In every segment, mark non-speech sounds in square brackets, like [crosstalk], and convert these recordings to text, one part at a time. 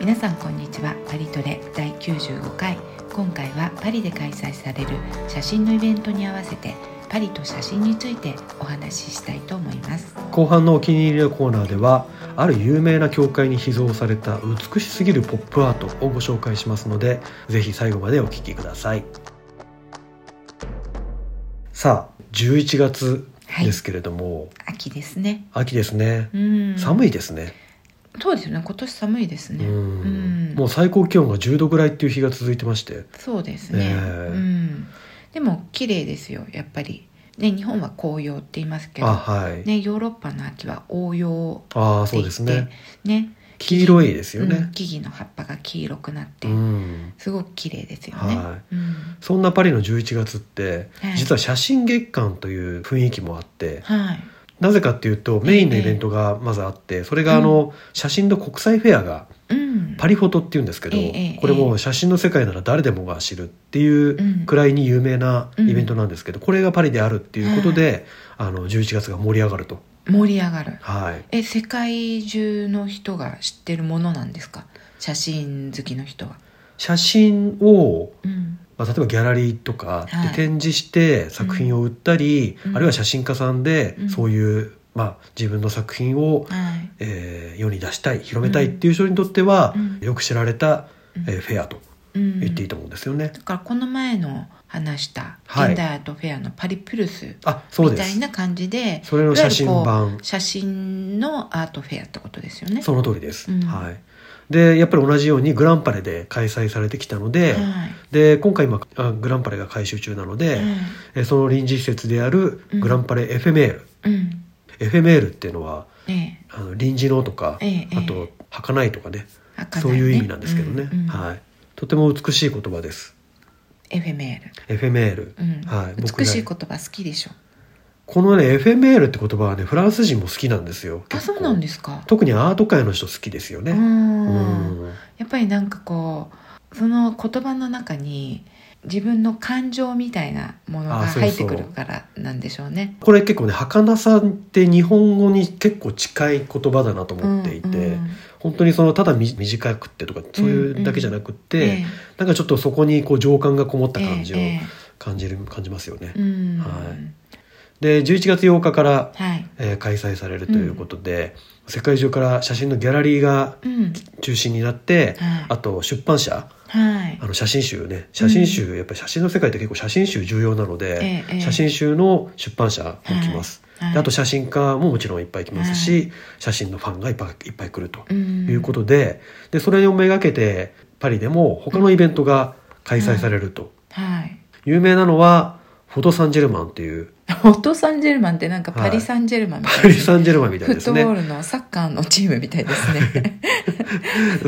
皆さんこんにちはパリトレ第95回今回はパリで開催される写真のイベントに合わせてパリと写真についてお話ししたいと思います後半のお気に入りのコーナーではある有名な教会に秘蔵された美しすぎるポップアートをご紹介しますのでぜひ最後までお聴きくださいさあ11月はいですけれども、秋ですね秋ですねうん寒いいですねそうですよね今年寒いですうねんうんもう最高気温が10度ぐらいっていう日が続いてましてそうですね、ええうんでも綺麗ですよやっぱりね日本は紅葉って言いますけあどはい、ねヨーロッパの秋は黄葉ああってそう言でっすてねね黄色いですようんね、木々の葉っぱが黄色くなって、うんすごく綺麗ですよね、はうんそんなパリの11月って、はい実は写真月間という雰囲気もあって、はいなぜかっていうとメインのイベントがまずあってそれがあの写真の国際フェアがうんパリフォトっていうんですけどええええこれもう写真の世界なら誰でもが知るっていんうくらいに有名なイベントなんですけどこれがパリであるっていうことであの11月が盛り上がると盛り上がるはいえ世界中の人が知ってるものなんですか写真好きの人は、写真をうん、まあ、例えばギャラリーとかはいで展示して作品を売ったり、うんあるいは写真家さんでうんそういう、まあ、自分の作品を、はいえー世に出したい広めたいっていう人にとっては、うんよく知られた、うんえーフェアとうん言っていいと思うんですよね。だからこの前の話したはい現代アートフェアのパリプルスあそうみでたいすな感じでそれの写真いわゆる版こう写真のアートフェアってことですよねその通りです、うんはい、でやっぱり同じようにグランパレで開催されてきたので、はいで今回今あグランパレが改修中なので、はいえーその臨時施設であるグランパレエフェメール、うんエフェメールっていうのはえあの臨時のとか、えええあと儚いとかねえ儚いねそういう意味なんですけどね、うんうんはい、とても美しい言葉ですエフェメールエフェメール、うんはい、僕ね美しい言葉好きでしょこのねエフェメールって言葉はねフランス人も好きなんですよあ結構そうなんですか特にアート界の人好きですようねんうんやっぱりなんかこうその言葉の中に自分の感情みたいなものがあそうそう入ってくるからなんでしょうねこれ結構ね儚さって日本語に結構近い言葉だなと思っていて、うんうん本当にそのただみ短くってとかそういうだけじゃなくって、ええなんかちょっとそこにこう情感がこもった感じをええ感じる感じますよねええ、うんはで11月8日からはいえー開催されるということで、世界中から写真のギャラリーがうん中心になって、はいあと出版社はいあの写真集ね写真集、やっぱり写真の世界って結構写真集重要なので、ええええ写真集の出版社も来まはす、いであと写真家ももちろんいっぱい来ますし、写真のファンがいっぱいいっぱい来るとうんいうことで,、でそれをめがけてパリでも他のイベントが開催されると、はい有名なのはフォト・サンジェルマンっていうフォトサンジェルマンってなんかパリ・サンジェルマンみたいパでリ・すサンジェルマンみたいフでッすトねボールのサッカーのチームみたいです [laughs] ね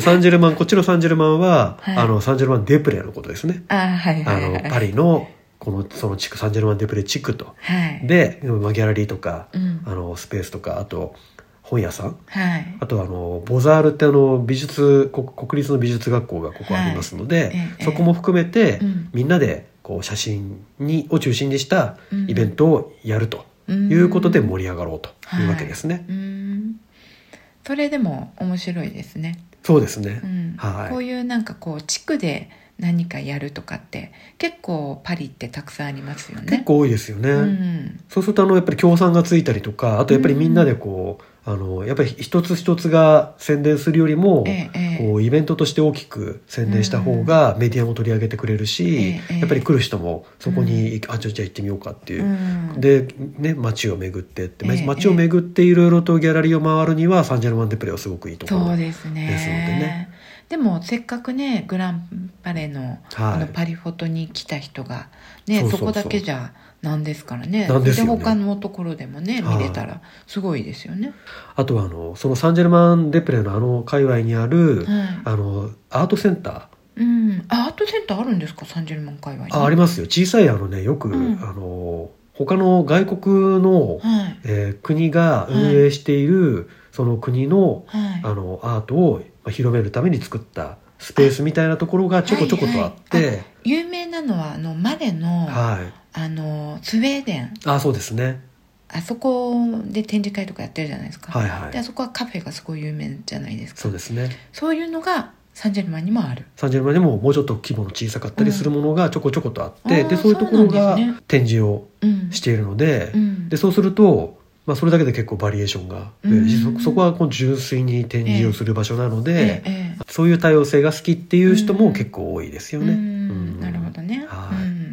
サンジェルマン、こっちのサンジェルマンは、はいあの、サンジェルマンデプレのことですね。あーはいはあいはのい、パリの、この、その地区、サンジェルマンデプレ地区と。はいで、まあ、ギャラリーとか、うんあの、スペースとか、あと、本屋さん。はいあと、あの、ボザールってあの、美術、国国立の美術学校がここありますので、いええそこも含めて、うんみんなで、こう、写真に、を中心にしたうんイベントをやると。うんいうことで盛り上がろうというわけですね。うんそれでも面白いですね、そうですね。うんはいこういうなんかこう地区で何かやるとかって結構パリってたくさんありますよね結構多いですよね。うんそうするとあのやっぱり協賛がついたりとかあとやっぱりみんなでこう、あのやっぱり一つ一つが宣伝するよりも、ええええこうイベントとして大きく宣伝した方がメディアも取り上げてくれるしえ、えええやっぱり来る人もそこに、あじゃあじゃあ行ってみようかっていうう、んでね街を巡ってって、まええ街を巡っていろいろとギャラリーを回るにはサンジェルマン・デ・プレはすごくいいところそうですねですのでねでもせっかくねグランパレの,、はいあのパリフォトに来た人が、ね、そそうそうそうこだけじゃなんですからねなんですよね他のところでもね見れたらすごいですよね。あとはあのそのサンジェルマン・デ・プレのあの界隈にあはる、いあのアートセンターうん、あアートセンターあるんですかサンジェルマン界隈にあありますよ小さいあのねよく、うんあの他の外国の、はいえー国が運営している、その国のはいあのアートをまあ広めるために作ったスペースみたいなところがちょこちょことあって有名なのはあのマレの,、はい、あのスウェーデンあそうですねあそこで展示会とかやってるじゃないですか、はいはであいそこはカフェがすごい有名じゃないですかそうですねそういうのがサンジェルマンにもある。サンジェルマンでももうちょっと規模の小さかったりするものがちょこちょことあって、うんあでーそういうところがそうなんですね展示をうんしているので,、うんでそうすると、まあ、それだけで結構バリエーションが増えるし、うんそそこはこう純粋に展示をする場所なのでえ、えそういう多様性が好きっていう人も結構多いですええよね。うんうんなるほどね。はいうん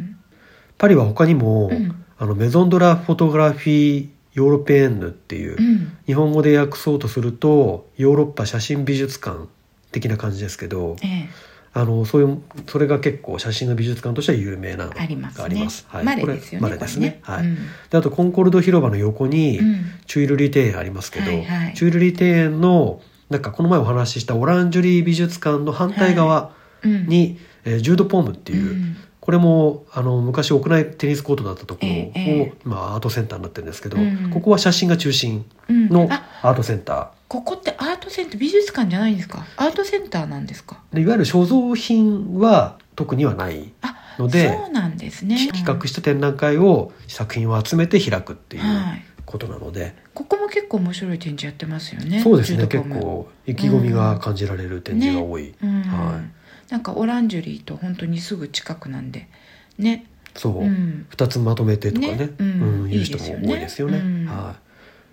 パリは他にも、うんあのメゾンドラ・フォトグラフィー・ヨーロペンヌっていう、うん日本語で訳そうとするとヨーロッパ写真美術館的な感じですけどええあのそういうそれが結構写真の美術館としては有名なのがありますね。ありますはいマレこれですよね。マレですねこれはいうんであとコンコルド広場の横に、うんチュイルリ庭園ありますけど、はいはいチュイルリ庭園のなんかこの前お話ししたオランジュリー美術館の反対側うんに、えージュード・ポームっていう、んこれもあの昔屋内テニスコートだったところを、ええええまあ、アートセンターになってるんですけど、うんここは写真が中心うんのあアートセンタここってアートセンター美術館じゃないんですかアートセンターなんですかーでいわゆる所蔵品は特にはないあのでそうなんですね企画した展覧会を作品を集めて開くってていうはい、ことなので、ここも結構面白い展示やってますよねそうですねジュー結ドコム構意気込みが感じられる展示が多い、うん、はなんかオランジュリーと本当にすぐ近くなんでねそう、うん2つまとめてとかねねううんんいう人も多いですよね。いいですよねうんは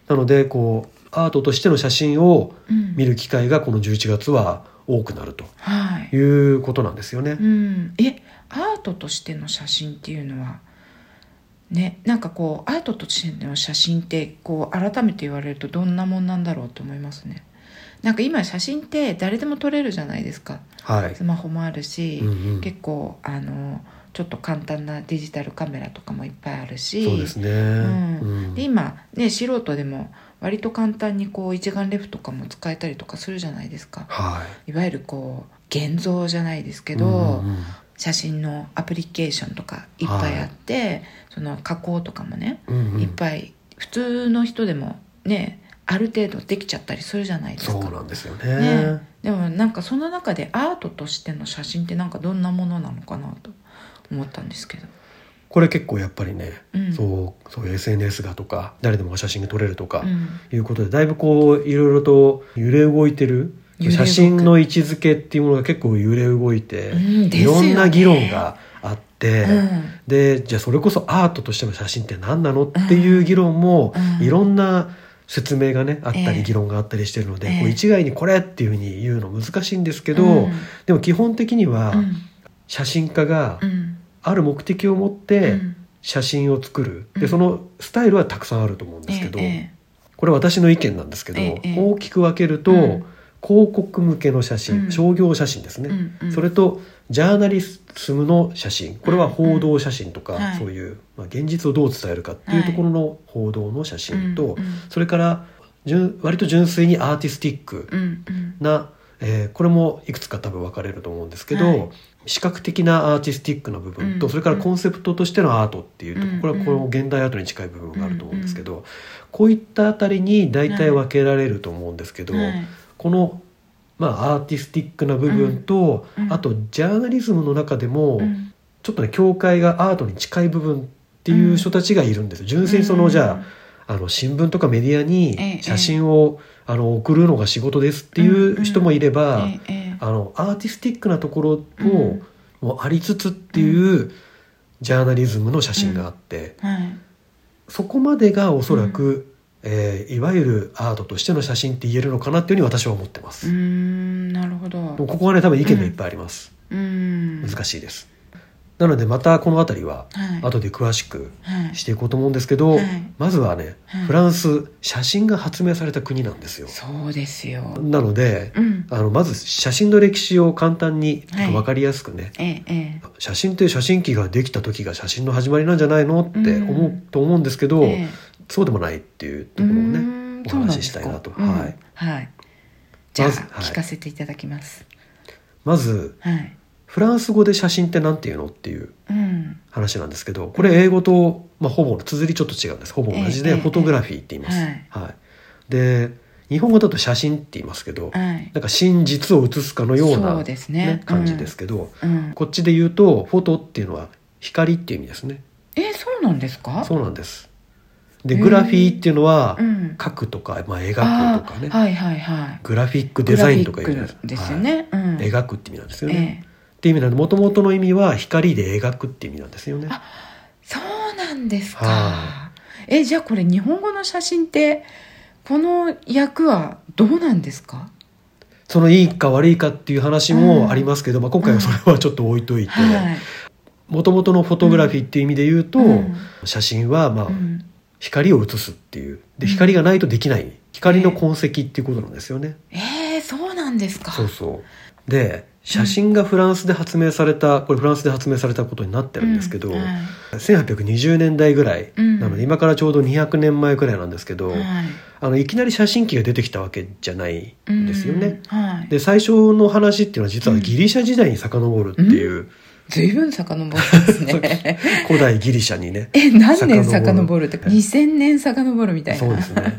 い、なのでこうアートとしての写真をうん見る機会がこの11月は多くなるとはいいうことなんですよね。うん、えアートとしての写真っていうのはねなんかこうアートとしての写真ってこう改めて言われるとどんなもんなんだろうと思いますねなんか今写真って誰でも撮れるじゃないですかはいスマホもあるし、うんうん結構あのちょっと簡単なデジタルカメラとかもいっぱいあるしそうですね、んうんで今ね素人でも割と簡単にこう一眼レフとかも使えたりとかするじゃないですかはいいわゆるこう現像じゃないですけど、うんうん写真のアプリケーションとかいっぱいあって、その加工とかもね、うんうんいっぱい普通の人でもねある程度できちゃったりするじゃないですそかうなんですよねねでもなんかその中でアートとしての写真ってなんかどんなものなのかなと思ったんですけどこれ結構やっぱりね、うんそうそういう SNS がとか誰でもが写真が撮れるとか、うんいうことでだいぶこういろいろと揺れ動いてる揺れ動写く真の位置づけっていうものが結構揺れ動いて、うんですいろよねんな議論があって、うんでじゃあそれこそアートとしての写真って何なのっていう議論も、うんいろんな説明がねあったえりえ議論があったりしてるので、ええこう一概にこれっていうふうに言うの難しいんですけど、うんでも基本的にはうん写真家がうんある目的を持っうてん写真を作る、うでんそのスタイルはたくさんあると思うんですけど。ええこれ私の意見なんですけど、ええ大きく分けると、うん広告向けの写真、うん商業写真ですええね、うんうんそれとジャーナリスムの写真これは報道写真とか、うんはいそういう、まあ、現実をどう伝えるかっていうところの報道の写真と、うんそれから純割と純粋にアーティスティックうんうんな、えーこれもいくつか多分分かれると思うんですけど、はい視覚的なアーティスティックな部分と、うんそれからコンセプトとしてのアートっていうと、うんこれはこの現代アートに近い部分があると思うんですけど、こういったあたりに大体分けられると思うんですけど、はいこの、まあ、アーティスティックな部分と、うんうんあとジャーナリズムの中でも、うんちょっとね境界がアートに近い部分っていう人たちがいるんですよ。純粋にその、じゃああの新聞とかメディアえにえ写真を、あの送るのが仕事ですっていう人もいれば、ええええあのアーティスティックなところを、うんもうありつつっていう、ジャーナリズムの写真があって、はいそこまでがおそらく、えーいわゆるアートとしての写真って言えるのかなっていうふうに私は思ってまうす。ーんなるほどもうここはね多分意見がいっぱいあります。うん難しいです。なのでまたこの辺りははい後で詳しくはいしていこうと思うんですけど、はいまずはね、はいフランス写真が発明された国なんですよそうですよなのでうんあのまず写真の歴史を簡単にはい分かりやすくね、ええええ写真って写真機ができた時が写真の始まりなんじゃないのってうん思う、と思うんですけど、ええそうでもないっていうところをね、うーんおそうなん話でししすたかいなと、うんはい、はいじゃあまずはい聞かせていただきますまずはいフランス語で写真って何て言うのっていううん話なんですけどこれ英語と、まあ、ほぼ綴りちょっと違うんですほぼ同じえで、えええフォトグラフィーって言います、ははいいで日本語だと写真って言いますけど、はいなんか真実を写すかのようなそうですねうん感じですけど、うんこっちで言うとフォトっていうのは光っていう意味ですねえそうなんですかそうなんですでへーグラフィーっていうのはうん書くとか、まあ、描あくとかねーはいはいはいグラフィックデザインとかいうグ意ラ味フィックですよね、うんはい描くって意味なんですよね、ええっていう意味なんでもともとの意味は光で描くって意味なんですよねあそうなんですか、はえじゃあこれ日本語の写真ってこの役はどうなんですかそのいいか悪いかっていう話うんもありますけど、まあ、今回はそれはちょっと置いといてはいもともとのフォトグラフィーっていう意味で言うと、うん写真はまあうん光を映すっていうでうん光がないとできない光の痕跡っていうことなんですよね。えー、そうなんですかそうそうで写真がフランスで発明されたこれフランスで発明されたことになってるんですけど、うんはい1820年代ぐらい、うんなので今からちょうど200年前ぐらいなんですけど、はいあのいきなり写真機が出てきたわけじゃないんですよね。うんはい、で最初の話っていうのは実はギリシャ時代に遡るっていう、随分遡りますね [laughs] 古代ギリシャにねえ何年遡るって遡る2000年遡るみたいなそうです [laughs] ね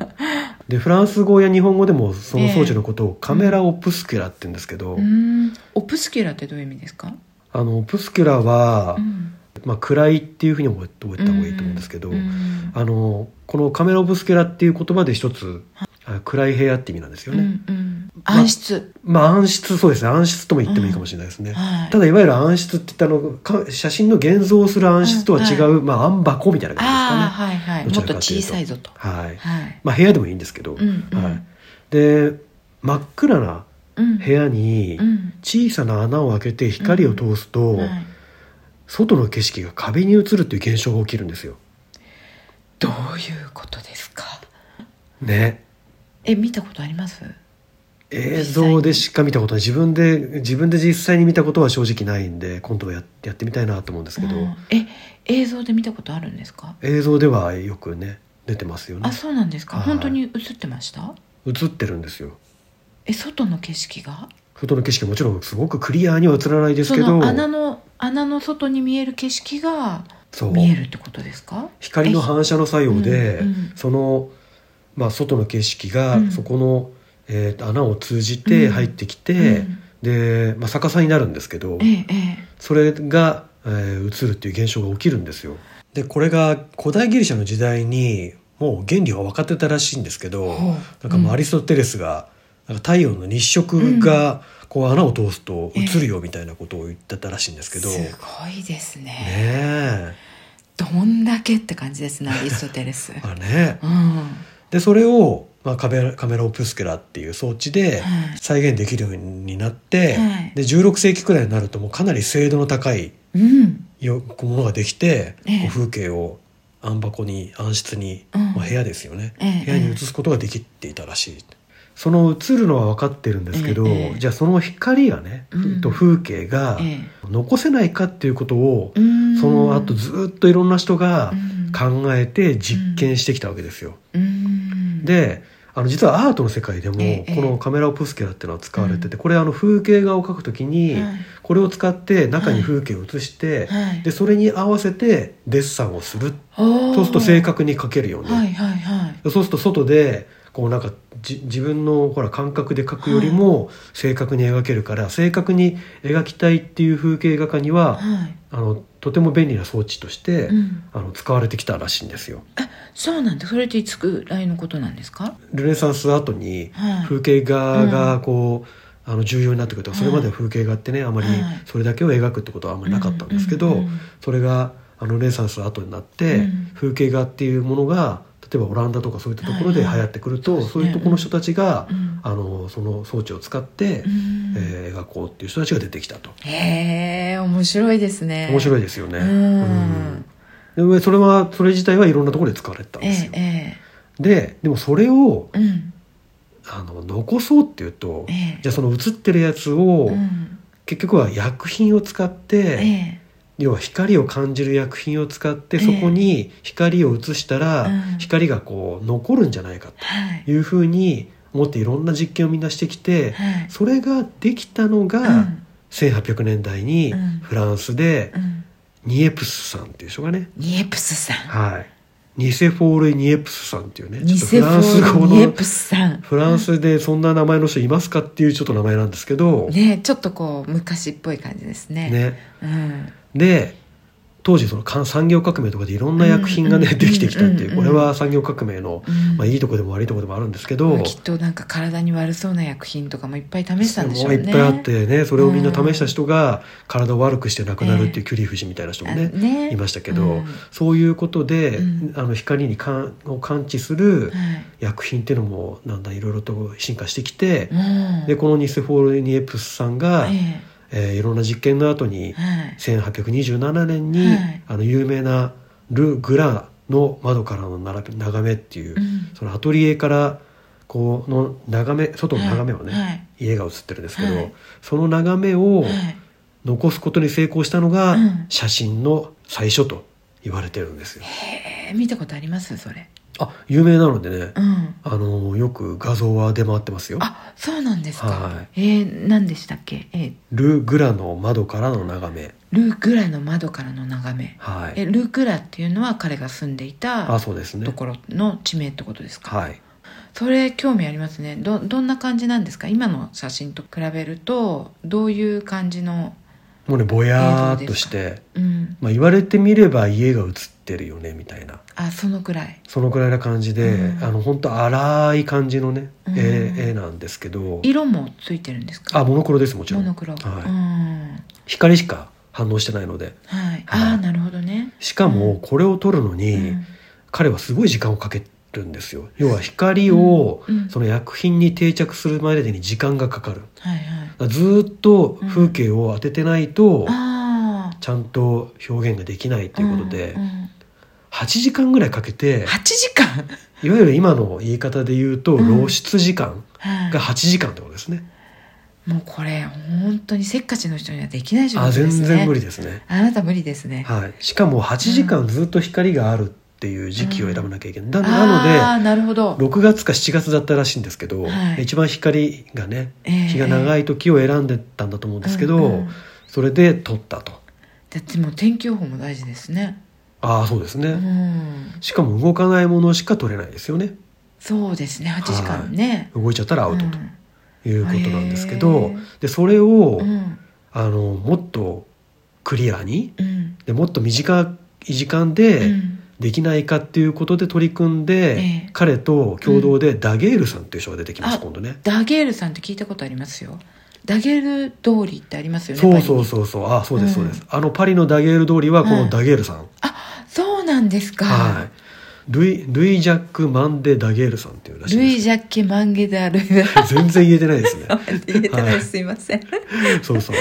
でフランス語や日本語でもその装置のことをカメラ・オプスキュラって言うんですけど、うんオプスキュラってどういう意味ですか、あのオプスキュラは、ん、まあ、暗いっていうふうに覚え覚えた方がいいと思うんですけど、うんあのこのカメラ・オブスケラっていう言葉で一つ、あ暗い部屋って意味なんですようね、んうん暗室、まあ暗室そうですね暗室とも言ってもいいかもしれないですね、はいただいわゆる暗室って言ってあのか写真の現像する暗室とは違う、まあ暗箱みたいなああ感はいはいどちもらっかとという小とさいぞとじですかねはいはいまあ部屋でもいいんですけうど、んうんはい、で真っ暗なうん部屋にうん小さな穴を開けて光を通すと、はい外の景色が壁に映るっていう現象が起きるんですよどういうことですかねえ見たことあります映像でしか見たことは自分で自分で実際に見たことは正直ないんで今度はややってみたいなと思うんですけど、うんえ映像で見たことあるんですか映像ではよくね出てますよねあそうなんですかはい本当に映ってました映ってるんですよえ外の景色が外の景色もちろんすごくクリアには映らないですそけどの穴の穴の外に見える景色がそう見えるってことですか光の反射の作用で、うんうんその、まあ、外の景色が、うんそこの、えーと穴を通じて入ってきて、うんで、まあ、逆さになるんですけど、ええええそれが、えー映るっていう現象が起きるんですよ。でこれが古代ギリシャの時代にもう原理は分かってたらしいんですけどほうなんかもうアリストテレスがなんか太陽の日食がこう穴を通すと映るよみたいなことを言ってたらしいんですけど、すねごいですねえどんだけって感じですね [laughs] アリストテレスまあねうんはでそれを、まあ、カメラカメラオプスケラっていう装置ではい再現できるようになって、はいで16世紀くらいになるともうかなり精度の高いうんよものができて、ええこう風景を暗箱に暗室に、うんまあ、部屋ですよね、ええ部屋に移すことができていたらしい。その映るのは分かってるんですけど、ええええじゃあその光がね、うんと風景がええ残せないかっていうことを、うんその後ずっといろんな人がうん考えて実験してきたわけですよ。うんであの実はアートの世界でもええこのカメラオプスケラっていうのは使われてて、これあの風景画を描くときにはいこれを使って中に風景を写して、はいでそれに合わせてデッサンをするそそうすると正確に描けるよね、はいはいはいそうすると外でこうなんかじ自分のほら感覚で描くよりも正確に描けるから、正確に描きたいっていう風景画家には、はいあのとても便利な装置として、うんあの使われてきたらしいんですよ。あそうなんだそれっていつくらいのことなんですかルネサンス後にはい風景画うがこう、あの重要になってくるとはいそれまでは風景画ってねあまりはいそれだけを描くってことはあんまりなかったんですけど、うんうんうんそれがあのルネサンスの後になって、うん風景画っていうものが例えばオランダとかそういったところで流はいはい行ってくるそうと、ですそねういうところの人たちが、うんあのその装置を使って、うんえー描こうっていう人たちが出てきたと。へえ面白いですね面白いいですよね、うんうんでそれはそれ自体はいろんなところで使われてたんえですえよ、えででもそれをえうんあの残そうっていうと、ええじゃあその写ってるやつを、うん結局は薬品を使って、え要は光を感じる薬品を使って、えそこに光を移したら、うん光がこう残るんじゃないかえはいというふうに思っていろんな実験をみんなしてきて、はいそれができたのうがん1800年代にうんフランスでうんニエプスさんっていう人がね、ニエプスさんはい、ニセフォール・ニエプスさんっていうねニちょっとフセフラォンスー語ルニエのプスさんフランスでそんな名前の人いますかっていうちょっと名前なんですけど、ねちょっとこう昔っぽい感じですねねうんで当時そのか産業革命とかでいろんな薬品がね、うんうんできてきたっていうう、んうんこれは産業革命の、うんまあ、いいとこでも悪いとこでもあるんですけまど、あきっとなんか体に悪そうな薬品とかもいっぱい試したんでしょういねっぱいあってねそれをみんな試した人が体を悪くして亡くなるっていうキュリー夫人みたいな人もね、あねいましたけど、うんそういうことで、うんあの光にかんを感知すはるい薬品っていうのもだんだんいろいろと進化してきて、うんでこのニセフォールニエプスさんが、えええーいろんな実験の後にはい1827年に、はいあの有名なル・グラの窓からの並べ眺めっていう、うんそのアトリエからこの眺め外の眺めをね、はい家が映ってるんですけど、はいその眺めをはい残すことに成功したのがうん写真の最初と言われてるんですよ。へえ見たことありますそれあ有名なのでね、うんあのよく画像は出回ってますよ。あそうなんですか、はえー、何でしたっけ、えー、ル・グラの窓からの眺め。ルーグラの窓からの眺めはい。えルーグラっていうのは彼が住んでいあたそうですねと。ころの地名ってことですか、はい。それ興味ありますねどどんな感じなんですか今の写真と比べるとどういう感じのもうねぼやーっとして、うんまあ、言われてみれば家が映ってるよねみたいなあそのくらいそのくらいな感じで、うんあの本当荒い感じのね、うん絵絵なんですけど色もついてるんですかあモノクロですもちろモんノクロ、はいうん光しか反応してないのではい、あはあいなるほどね、しかうもんこれを撮るのに、うん彼はすごい時間をかけるんですよ要は光を、うんうんその薬品に定着するまでに時間がかかるはいはいだからずーっと風景を当ててないと、ああちゃんと表現ができないということで、うんうん8時間ぐらいかけて8時間いわゆる今の言い方で言うと、うん露出時間はいが8時間ってことですね。もうこれ本当にせっかちの人にはできない仕あ、事で全すね然無理ですね。あなた無理ですねはい。しかも8時間ずっと光があるっていう時期を選ばなきゃいけない。だあなあなるほどので、6月か7月だったらしいんですけど、はい一番光がね、日日が長いい時を選んでたんだと思うんですけど、それで撮ったと。だってもう天気予報も大事ですねああ、そうですね。うんしかも動かないものしか撮れないですよね。そうですね8時間ね動いちゃったらアウトということなんですけど、うんへで、それを、うんうんあの、もっとクリアに、うんでもっと短い時間でできないかっていうことで取り組んで、ええ彼と共同でダゲールさんっていう人が出てきます、あ今度ね。ダゲールさんって聞いたことありますよダゲール通りってありますよねそうそパリにうそうそうあそうですそううんです、あのパリのダゲール通りはこうんのダゲールさん、あそうなんですかはいルイルイ・ジャック・マンデ・ダゲールさんっていうらしいルイ・ですジャッケ・マンゲダ・ルイダ [laughs] 全然言えてないですね言えてなはいいすいませんそうそう、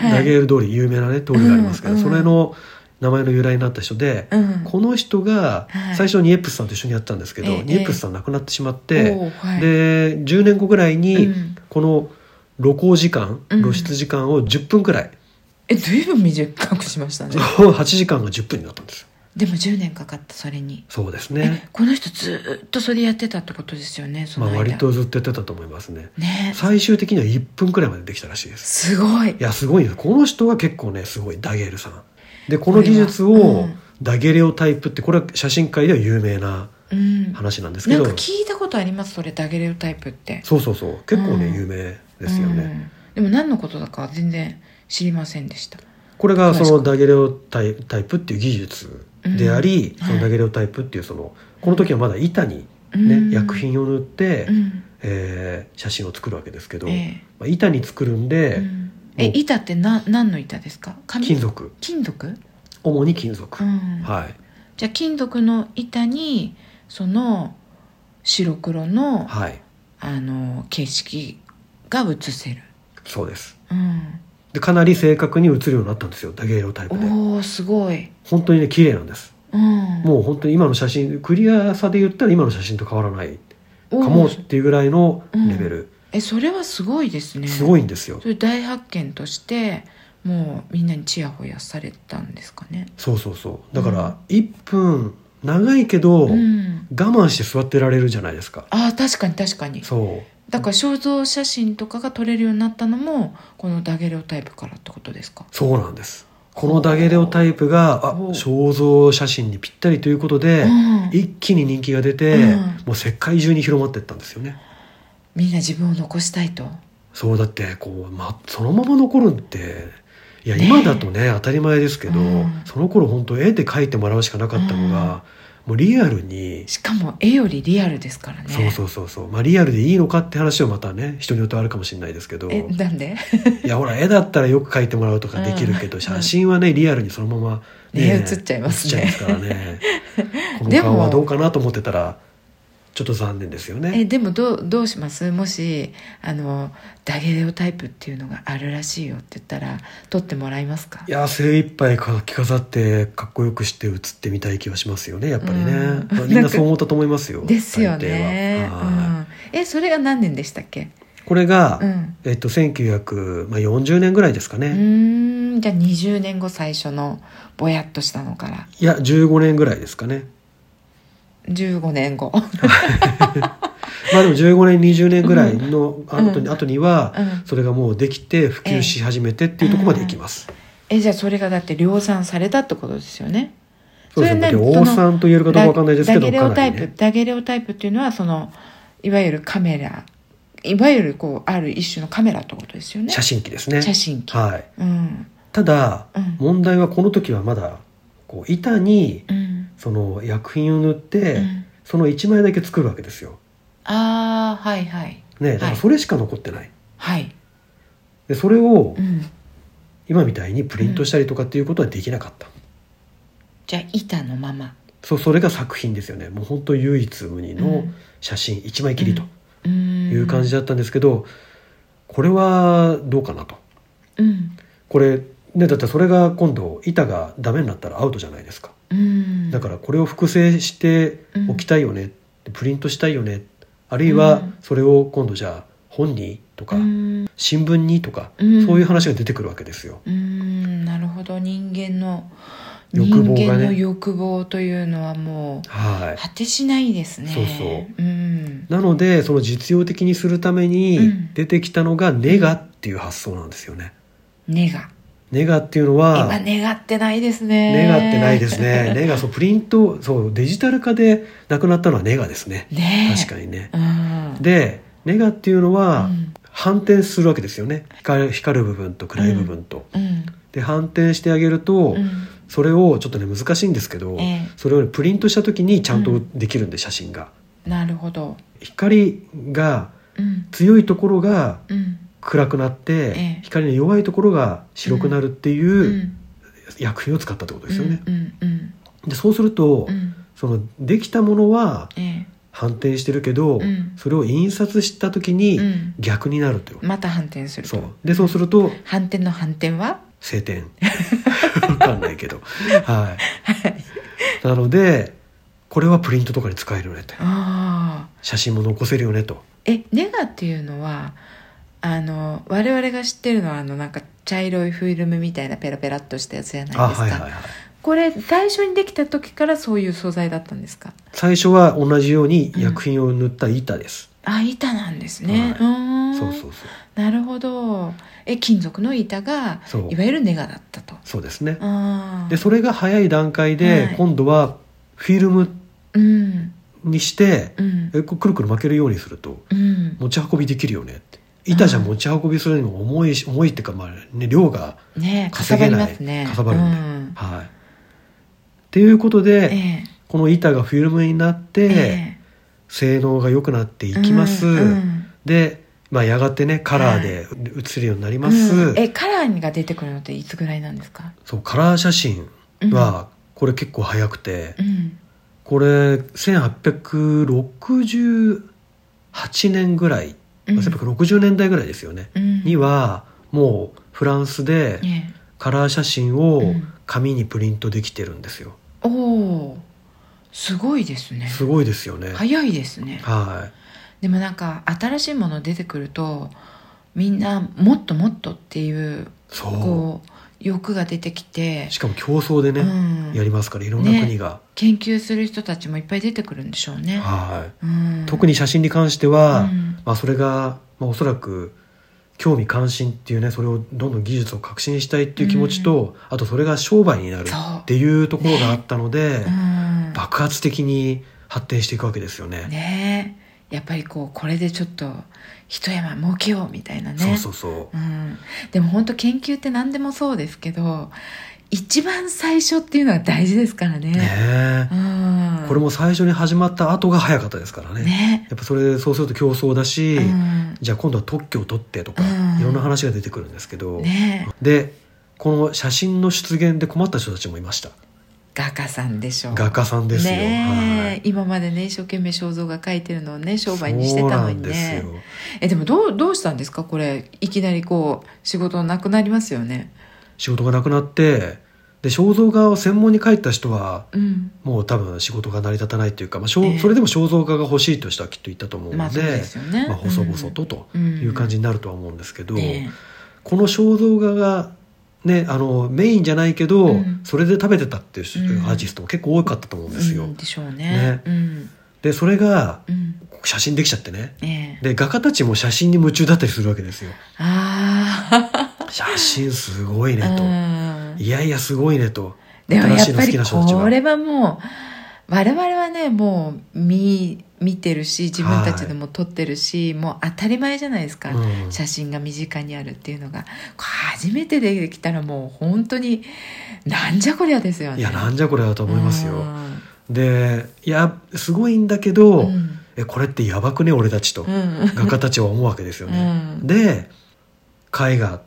はいダゲール通り有名なね通りがありますけど、うんうんそれの名前の由来になった人で、うんこの人がはい最初ニエプスさんと一緒にやったんですけど、ええニエプスさん亡くなってしまって、おーはいで10年後ぐらいにうんこの露光時間、うん露出時間を10分くらい、えずいぶん短くしましたね8時間が10分になったんですよでも10年かかったそれに、そうですねえこの人ずっとそれやってたってことですよねそのまあ間、割とずっとやってたと思いますねね最終的には1分くらいまでできたらしいですすごいいやすごいですこの人が結構ねすごいダゲールさんでこの技術これはうをんダゲレオタイプってこれは写真界では有名なうんなんか話なんですけど聞いたことありますそれダゲレオタイプってそうそうそう結構ねうん有名ですよね、うんでも何のことだかは全然知りませんでしたこれがそ詳しのダゲレオタイタイプっていう技術であり、うんそのダゲレオタイプっていうそのこの時はまだ板に、ねうん薬品を塗って、うんえー写真を作るわけですけど、ええまあ、板に作るんで、うんえもう板ってな何の板ですか紙金属金属、主に金属、うんはいじゃあ金属の板にその白黒のはいあの景色が映せる、そうですうん、でかなり正確に映るようになったんですよダゲレオタイプでおおすごい、本当にね綺麗なんですうん、もう本当に今の写真クリアさで言ったら今の写真と変わらないおかーもっていうぐらいのレベル、えそれはすごいですねすごいいんですよそれ大発見としてもうみんなにちやほやされたんですかねそうそうそうだから1分長いけど、うん我慢して座ってられるじゃないですかあー確かに確かにそだから肖像写真とかが撮れるようになったのもこのダゲレオタイプからってことですかうそうなんですこのダゲレオタイプがあほう肖像写真にぴったりということで、うん一気に人気が出て、うんもう世界中に広まってったんですよねみんな自分を残したいとそうだってこう、ま、そのまま残るっていやね今だとね当たり前ですけど、うんその頃本当絵で描いてもらうしかなかったのが、もうリアルに、しかも絵よりリアルですからねそうそうそうそう、まあ、リアルでいいのかって話をまたね人によってはあるかもしれないですけどえいなんで [laughs] やほら絵だったらよく描いてもらうとかできるけうど、ん写真はねリアルにそのままね写っちゃいますね写っちゃいますか [laughs] らねこでのも顔はどうかなと思ってたらちょっと残念ですよえね。でもどうどうしますもしあのダゲレオタイプっていうのがあるらしいよって言ったら撮ってもらえますかいや精一杯か着飾ってかっこよくして写ってみたい気はしますよねやっぱりね、うんまあみんなそう思ったと思いますよですよ大ね抵、はうはいん、えそれが何年でしたっけこれが、うんえっと、1940年ぐらいですかね、うーんじゃあ20年後最初のぼやっとしたのからいや15年ぐらいですかね15年後まあでも15年20年ぐらいのあとうに,、ん後には、うんそれがもうできて普及し始めてっていうところまでいきます、えじゃあそれがだって量産されたってことですよねそうですねそれね王さんと言えるかどうかわかんないですけダどゲレかオなタりイプ、ねダゲレオタイプっていうのはそのいわゆるカメラいわゆるこうある一種のカメラってことですよね写真機ですね写真機はいうんただ、うん問題はこの時はまだこう板にうんその薬品を塗って、うんその1枚だけ作るわけですよああはいはいねだからそれしか残ってない、はいでそれをうん今みたいにプリントしたりとかっていうことはできなかった、じゃあ板のままそうそれが作品ですよねもう本当唯一無二うのん写真一枚きりとうーんいう感じだったんですけど、これはどうかなとうんこれねだってそれが今度板がダメになったらアウトじゃないですかうんだからこれを複製しておきたいよね、プリントしたいよねあるいはうんそれを今度じゃあ本にとか、うん新聞にとか、うんそういう話が出てくるわけですよ。うーんなるほど人間の欲望がね人間の欲望というのはもはう果てしないですねそうそううんい、なのでその実用的にするたうめにん出てきたのがネガっていう発想なんですよね。ネガネガっていうのは今願ってないですねネガってないですね。ネガ、そう、プリント、そう、デジタル化でなくなったのはネガですね。ねえ確かにね。うんで、ネガっていうのはうん、反転するわけですよね。光る光る部分と暗い部分と。うんで、反転してあげると、うんそれを、ちょっとね、難しいんですけどええ、それをねプリントした時にちゃんうとんできるんで、写真が。なるほど光がうん強いところがうん暗くなってえ、光の弱いところが白くなるってういうん薬品を使ったってことですよね。うんうんで、そうするとうんう、んそのできたものはえ反転してるけど、うんそれを印刷した時えうにん逆になるという、また反転するそとうでそうすると反転の反転は晴天わかんな [laughs] いけどはいなのでこれはプリントとかに使えるよねとああ写真も残せるよねとえネガっていうのはあの我々が知ってるのはあのなんか茶色いフィルムみたいなペラペラっとしたやつじゃないですか、あはいはいはいこれ最初にできた時からそういう素材だったんですか最初は同じように薬品を塗った板です、あ板なんですね、はいうーんそうそうそうなるほどえ金属の板がそういわゆるネガだったとそうですねあでそれが早い段階はでい今度はフィルムううんにして、うんえこうくるくる巻けるようにするとうん持ち運びできるよねって板じゃうん持ち運びするにも重いし重いっていうかまあ、ね、量が、ねかさ稼ばげりないますねかさばるうんでんはい。っていうことで、ええこの板がフィルムになって、え性能が良くなっていえきます、うんうんでで、まあ、やがてねカラーで映るようになります、うんえカラーが出てくるのっていつぐらいなんですかそうカラー写真はこれ結構早くて、うんこれ1868年ぐらい、うん1860年代ぐらいですよね、うんにはもうフランスで、ええカラー写真をうん紙にプリントできてるんですよ。おおすごいですねすごいですよね。はい。早いですねでもなんか新しいもの出てくるとみんなもっともっとっていうそこう欲が出てきてう。しかも競争でうね、んやりますから、いろんなね国が。研究する人たちもいっぱい出てくるんでしょうね、はい。うん、特にに写真に関しては、うんまあそれが、まあおそらく、興味関心っていうね、それをどんどん技術を革新したいっていう気持ちと、あとそれが商売になるそうっていうところがあったので、うん爆発的に発展していくわけですよね。ねえやっぱりこうこれでちょっと一山儲けようみたいなね、そうそうそうん、でも本当研究って何でもそうですけど一番最初っていうのは大事ですからねうねうんえこれも最初に始まった後が早かったですからねねやっぱそれでそうすると競争だし、うんじゃあ今度は特許を取ってとか、うんいろんな話が出てくるんですけど、ねでこの写真の出現で困った人たちもいました画家さんでしょう画家さんですよ、ねえはい今までね一生懸命肖像画描いてるのをね商売にしてたのにねそうなんですよえでもどうどうしたんですかこれいきなりこう仕事なくなりますよね仕事がなくなってで肖像画を専門に描いた人はうんもう多分仕事が成り立たないというか、まあしょうええそれでも肖像画が欲しいという人はきっといたと思うまあのそで,、うですよね、まあ細々ととうんいう感じになるとは思うんですけど、うんええこの肖像画が、ね、あのメインじゃないけど、うんそれで食べてたっていううんアーティストも結構多かったと思うんですよ。うんでしょうねねうんでそれがうん写真できちゃってねええで画家たちも写真に夢中だったりするわけですよ。あ写真すごい [laughs] ねと。あ、うん、いやいやすごいねと。でもやっ新しいのぱ好りきな人たちこは。れはもう我々はねもう見見てるし自分たちでも撮ってるし、もう当たり前じゃないですか、うん写真が身近にあるっていうのがこれ初めて出てきたらもう本当になんじゃこりゃですよねいやなんじゃこれだと思いますうよ。んでいやすごいんだけど、うんえこれってやばくね俺たちと、うん画家たちは思うわけですよね。うんで絵画っ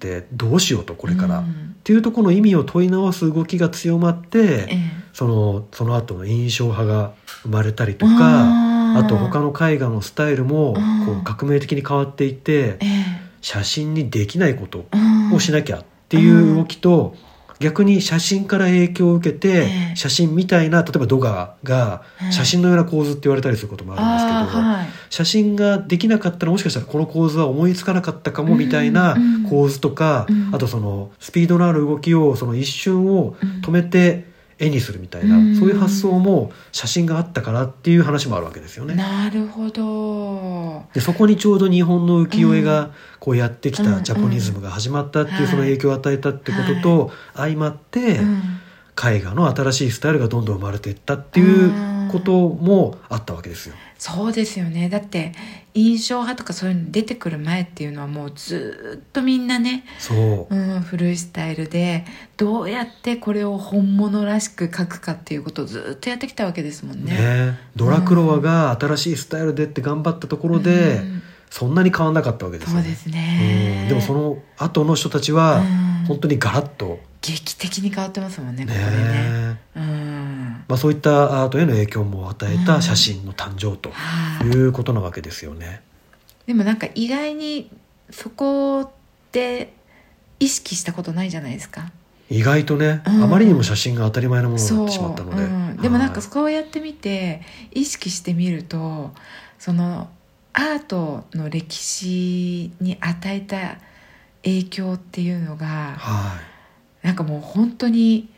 てどうしようとこれから、うっんていうところの意味を問い直す動きが強まって、ええそのその後の印象派が生まれたりとか。あと他の絵画のスタイルもこうんう革命的に変わっていてええ写真にできないことうんをしなきゃっていう動きと、逆に写真から影響を受けて、ええ写真みたいな例えばドガがうん写真のような構図って言われたりすることもあるんですけど、あーはい写真ができなかったらもしかしたらこの構図は思いつかなかったかもみたいなうんうん構図とか、うんあとそのスピードのある動きをその一瞬を止めて絵にするみたいな、うんそういう発想も写真があったからっていう話もあるわけですよね。なるほどでそこにちょうど日本の浮世絵がこうやってきうたんジャポニズムが始まったってういんうその影響を与えたってことと相まってうん絵画の新しいスタイルがどんどん生まれていったっていうこともあったわけですよ。そうですよねだって印象派とかそういうの出てくる前っていうのはもうずーっとみんなね、そううん、古いスタイルでどうやってこれを本物らしく描くかっていうことをずーっとやってきたわけですもんね。ね、ドラクロワが新しいスタイルでって頑張ったところで、うんそんなに変わんなかったわけですそようねですね、うんでもその後の人たちうはん本当にガラッと劇的に変わってますもんねこねこでね。うんまあ、そういったアートへの影響も与えた写真の誕生とはいいうことなわけですよね。でもなんか意外にそこって意識したことないじゃないですか。意外とね、うんあまりにも写真が当たり前のものにそなうってしまったので、うん、でもなんはかいそうやってみて意識してみるとそのアートの歴史に与えた影響っていうのがはいなんかもう本当に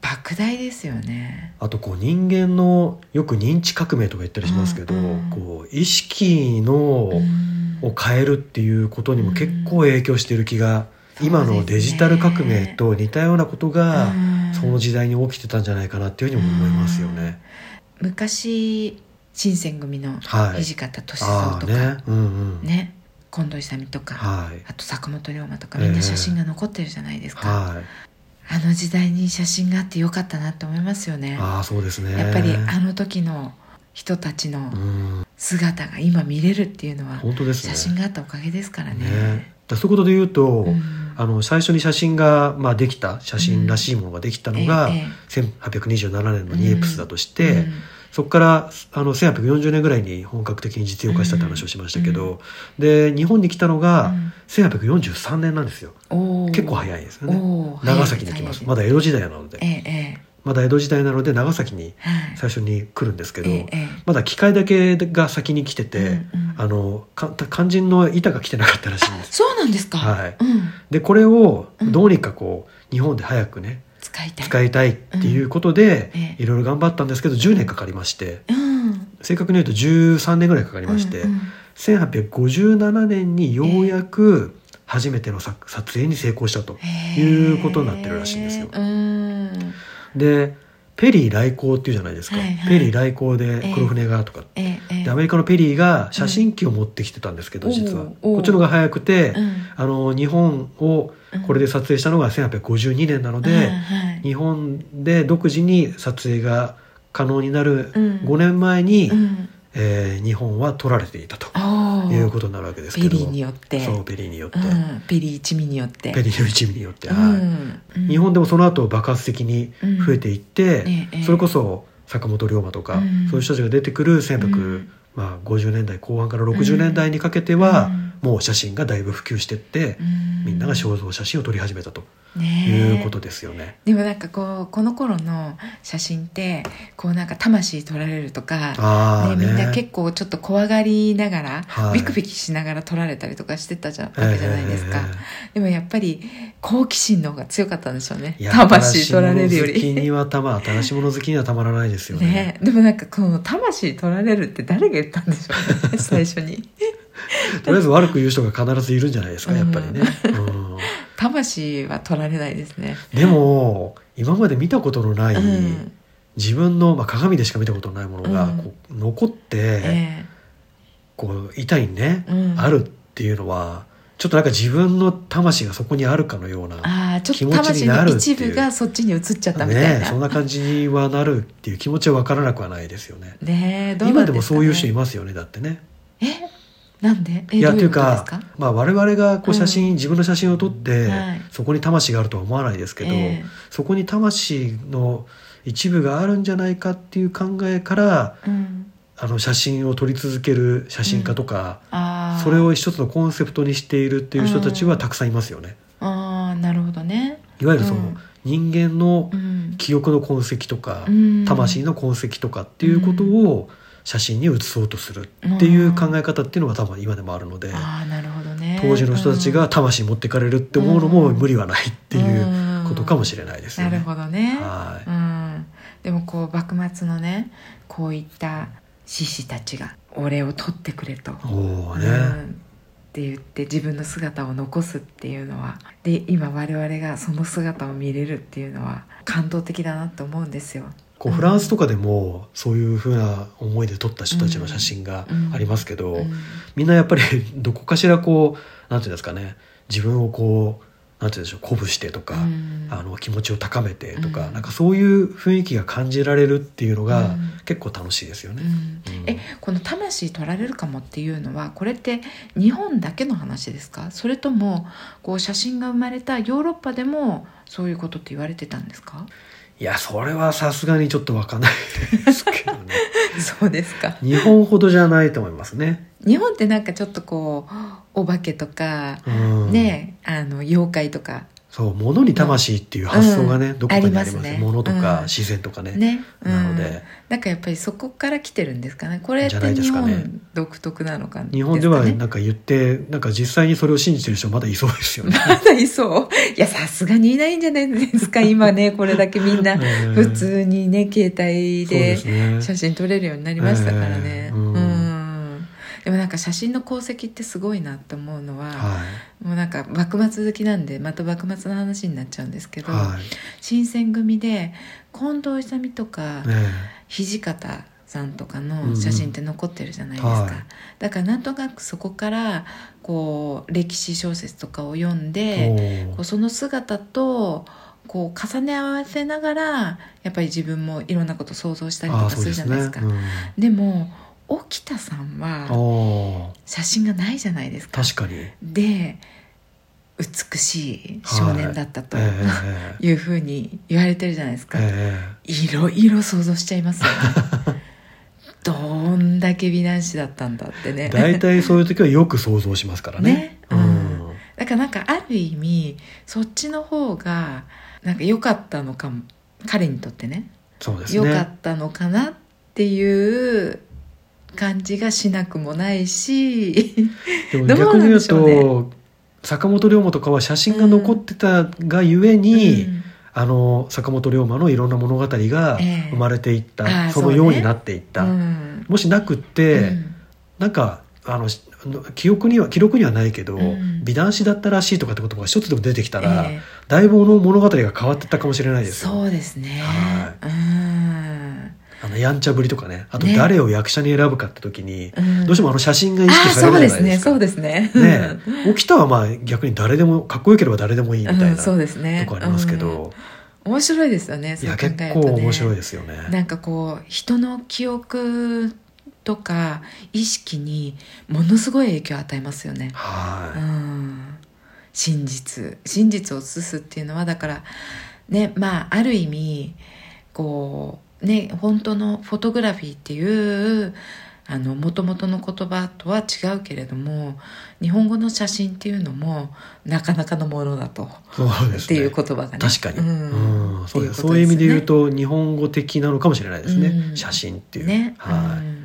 莫大ですよね。あとこう人間のよく認知革命とか言ったりしますけど、うんうんこう意識の、うんを変えるっていうことにも結構影響してる気が、今のデジタル革命と似たようなことが、うんその時代に起きてたんじゃないかなっていうふうにも思いますよね。昔新選組のはい土方歳あ三あとか、ね、うんうん、ね近藤勇とか、はいあと坂本龍馬とかみんな写真が残ってるじゃないですか。はい、あの時代に写真があってよかったなって思いますよね。ああそうですね。やっぱりあの時の人たちのうん、姿が今見れるっていうのは本当ですね。写真があったおかげですからね。ね、だそういうことで言うと、うんあの最初に写真が、まあ、できた写真らしいものができたのが、えええ1827年のニエプスだとして、うんそこからあの1840年ぐらいに本格的に実用化したって話をしましたけど、で日本に来たのが、うん1843年なんですよおー結構早いですよおねー長崎に来ますまだ江戸時代なので、ええええまだ江戸時代なので長崎にはい最初に来るんですけど、えええまだ機械だけが先に来てて、うんうんあのか肝心の板が来てなかったらしいんでえすそうなんですか。はいうん、でこれをうんどうにかこう、日本で早くね使いたい。使いたいっていうことで、うんええいろいろ頑張ったんですけど10年かかりましてうん、正確に言うと13年ぐらいかかりまして、うんうん1857年にようやく初めての作撮影に成功したと。へーいうことになってるらしいんですようんでペリー来航っていうじゃないですか、はいはいペリー来航で黒船がとかって、ええええでアメリカのペリーが写真機を持ってきてたんですけど、うん実はおうおうこっちの方が早くて、うんあの日本をこれで撮影したのが1852年なはのいで、はい日本で独自に撮影が可能になるうん5年前に、うんえー日本は撮られていたとああいうことになるわけですけペどリーによってそうペリーによって、うん、ペリー一味によってペリーの一味によって、うはいんうん日本でもその後爆発的に増えていって、うんええそれこそ坂本龍馬とか、うんそういう人たちが出てくるうん1950、まあ、50年代後半から60年代にかけては、もう写真がだいぶ普及してって、うんみんなが肖像写真を撮り始めたとねえいうことですよね。でもなんかこうこの頃の写真ってこうなんか魂取られるとかあね、あねみんな結構ちょっと怖がりながら、はいビクビクしながら撮られたりとかしてたじゃんわけじゃないですか、でもやっぱり好奇心の方が強かったんでしょうねえーいや魂取られるよ新しいもの好きりにはたま新しいもの好きにはたまらないですよね。 [laughs] ねでもなんかこの魂取られるって誰が言ったんでしょう [laughs] ね最初にとりあえず悪く言う人が必ずいるんじゃないですかやっぱりね。うん魂は取られないですねでも今まで見たことのない、うん自分の、まあ、鏡でしか見たことのないものがうんこう残って、えこう板にねえ、うんあるっていうのはちょっとなんか自分の魂がそこにあるかのような。ああち気ょっ持とち魂になのるっていう一部がそっちに移っちゃったみたいねえ、そんなな感じにはなるっていう気持ちは分からなくはないですよね。ねえどうな今んでもすかねそういう人いますよねだってね。えなんでえいやどとういいううことですかかまあ、我々がこう写真、うん自分の写真を撮って、はいそこに魂があるとは思わないですけど、ええそこに魂の一部があるんじゃないかっていう考えからうんあの写真を撮り続ける写真家とか、ああそれを一つのコンセプトにしているっていう人たちうはんたくさんいますよね。ああなるほどねいわゆるその、うん人間のうん記憶の痕跡とか、うん魂の痕跡とかっていうことを写真に写そうとするっていう考え方っていうのが多分今でもあるので、ああなるほどね当時の人たちが魂持ってかれるって思うのもうん無理はないっていううことかもししれないですなよるね。ほどねはいうんでもこう幕末のねこういった志士たちが俺を取ってくれとおーうね、んって言って自分の姿を残すっていうのはで今我々がその姿を見れるっていうのは感動的だなと思うんですよ。こうフランスとかでもそういうふうな思いで撮った人たちの写真がありますけど、うんみんなやっぱり [laughs] どこかしらこうなんていうんですかね自分をこうなんていうんでしょう鼓舞してとか、うんあの気持ちを高めてとか、うんなんかそういう雰囲気が感じられるっていうのうがん結構楽しいですようね。んうんえこの「魂取られるかも」っていうのはこれって日本だけの話ですかそれともこう写真が生まれたヨーロッパでもそういうことって言われてたんです [laughs] かいやそれはさすがにちょっとわかんないですけど [laughs] ねそうですか日本ほどじゃないと思いますね。日本ってなんかちょっとこうお化けとか、うん、ねあの妖怪とかそう物に魂っていう発想がね、うんどこかにありますありますね物とうかん自然とかね。ね、うんなのでなんかやっぱりそこから来てるんですかねこれっじゃないてです日かね本独特なのか日本では [laughs] すかねなんか言って、なんか実際にそれを信じてる人まだいそうですよね。まだいそういやさすがにいないんじゃないです [laughs] か今ねこれだけみんなう [laughs] ん普通にね携帯そでうですね。写真撮れるようになりましたからね、えーううんんでもなんか写真の功績ってすごいなって思うのは、はもうなんか幕末好きなんでまた幕末の話になっちゃうんですけい。ど、はい。新選組で近藤勇とか、ね土方さんとかの写真って残ってるじゃないですか、うんうんはいだからなんとなくそこからこう歴史小説とかを読んえでおこーうその姿とこう重ね合わせながらやっぱり自分もいろんなこと想像したりとあかあそうすでるじゃすないねですか。。うでも沖田さんん、はおー写真がないじゃないですか。確かに。で美しい少年だったとええいうふうに言われてるじゃないですええか。えいろいろ想像しちゃい [laughs] ますよねどんだけ美男子だったんだってえね大体そういう時はよく想像しますからねね。うんだからなんかある意味そっちの方がなんか良かったのかも彼にとってねそうです良、ね。かったのかなっていう感じがしなくもないしでどうも逆になん言でうしょうねと坂本龍馬とかは写真が残ってたがゆえに、うんあの坂本龍馬のいろんな物語がええ生まれていった、ああそそのうねようになっていった、うんもしなくって、うんなんかあのし記憶には記録にはないけど、うん美男子だったらしいとかって言葉が一つでも出てきたら、ええだいぶの物語が変わってったかもしれないですよそうですね、はうんのやんちゃぶりとかねあとね誰を役者に選ぶかって時に、うんどうしてもあの写真が意あ識あさそうれるでじゃすないでねす [laughs] かそうですねねえ起きたはまあ逆に誰でもかっこよければ誰でもいいみたいな、うん、そうですねとこありますけど、うん面白いですよねいそうや考え結ると、ね、構面白いですよねなんかこう人の記憶とか意識にものすごい影響を与えますよね、はうい、ん、真実真実を映すっていうのはだからねまあある意味こうね本当のフォトグラフィーっていうあの元々の言葉とは違うけれども日本語の写真っていうのもなかなかのものだと、そうでっすていねう言葉がね確かに、うんうんそうですってそういう意味で言うこと日本語的なのかもしれないですね、うん写真っていすう、ねね、はいうん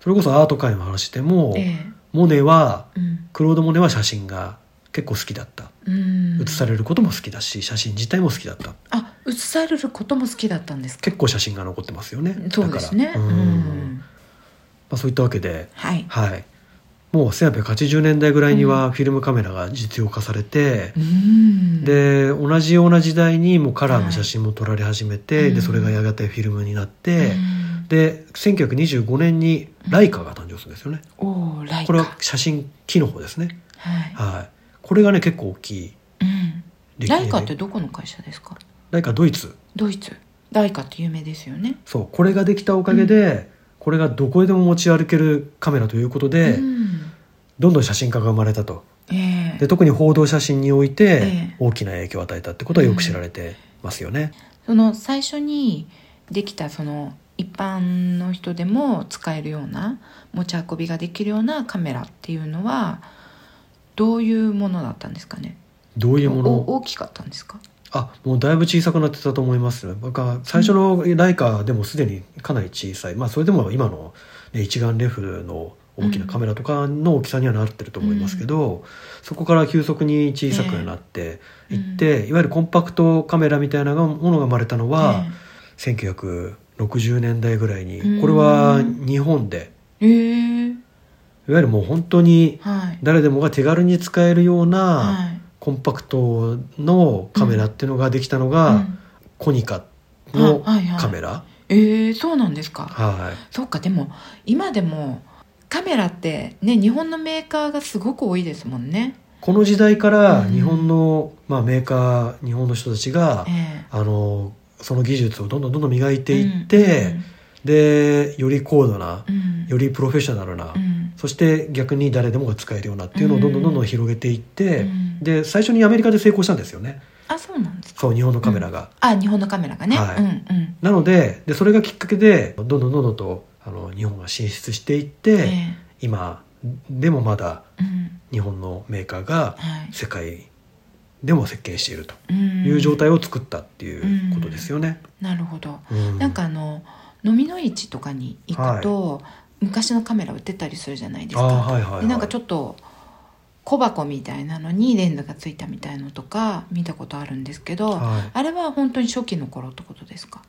それこそアート界の話でも、ええモネはうんクロード・モネは写真が結構好きだったうん写されることも好きだし写真自体も好きだったあ映されることも好きだったんですか結構写真が残ってますよねそうですねだうから、うんまんあ、そういったわけではいはいもう1880年代ぐらいにはフィルムカメラが実用化されて、うんで同じような時代にもうカラーの写真も撮られ始めて、はいうんでそれがやがてフィルムになっうて、んで1925年にライカが誕生するんですよね、おーライカこれは写真機の方ですねはいはいこれがね結構大きいうん歴ライカってどこの会社ですかライカドイツドイツライカって有名ですよねそうこれができたおかげで、これがどこへでも持ち歩けるカメラということで、うんどんどん写真家が生まれたとええで特に報道写真においえてえ大きな影響を与えたってことはよく知られてますよね、その最初にできたその一般の人でも使えるような持ち運びができるようなカメラっていうのはどういうものだったんですかねどういうもおの大きかったんですかあもうだいぶ小さくなってたと思いますよ僕は最初のライカでもすでにかなり小さいまあそれでも今の、ね、一眼レフの大きなカメラとかの大きさにはなってると思いますけど、そこから急速に小さくなっていって、いわゆるコンパクトカメラみたいなものが生まれたのは、1960年代ぐらいうにんこれは日本でえええいわゆるもう本当にはい誰でもが手軽に使えるようなはいコンパクトのカメラっていうのができたのうがんコニカのはいはいはいカメラええそうなんですかはいそうかでも今でもカメラってね日本のメーカーがすごく多いですもんねこの時代からうん日本のまあメーカー日本の人たちがええあのその技術をどんどんどんどん磨いていっうてんでより高度なうんよりプロフェッショナルなうんそして逆に誰でもが使えるようなっていうのをどんどんどんどん広げていって、うんで最初にアメリカで成功したんですよねあそうなんですかそう日本のカメラが、あ日本のカメラがね、はいうんうんなのででそれがきっかけでどんどんどんどんとあの日本が進出していって、え今でもまだえうん日本のメーカーがはい世界でも設計しているとうんいう状態を作ったっていうことですよね、なるほどうなんかあの飲みの市とかに行くと、昔のカメラ売ってたりするじゃないですか、ああはいはい、はい、でなんかちょっと小箱みたいなのにレンズがついたみたいのとか見たことあるんですけど、はいあれは本当に初期の頃ってことですか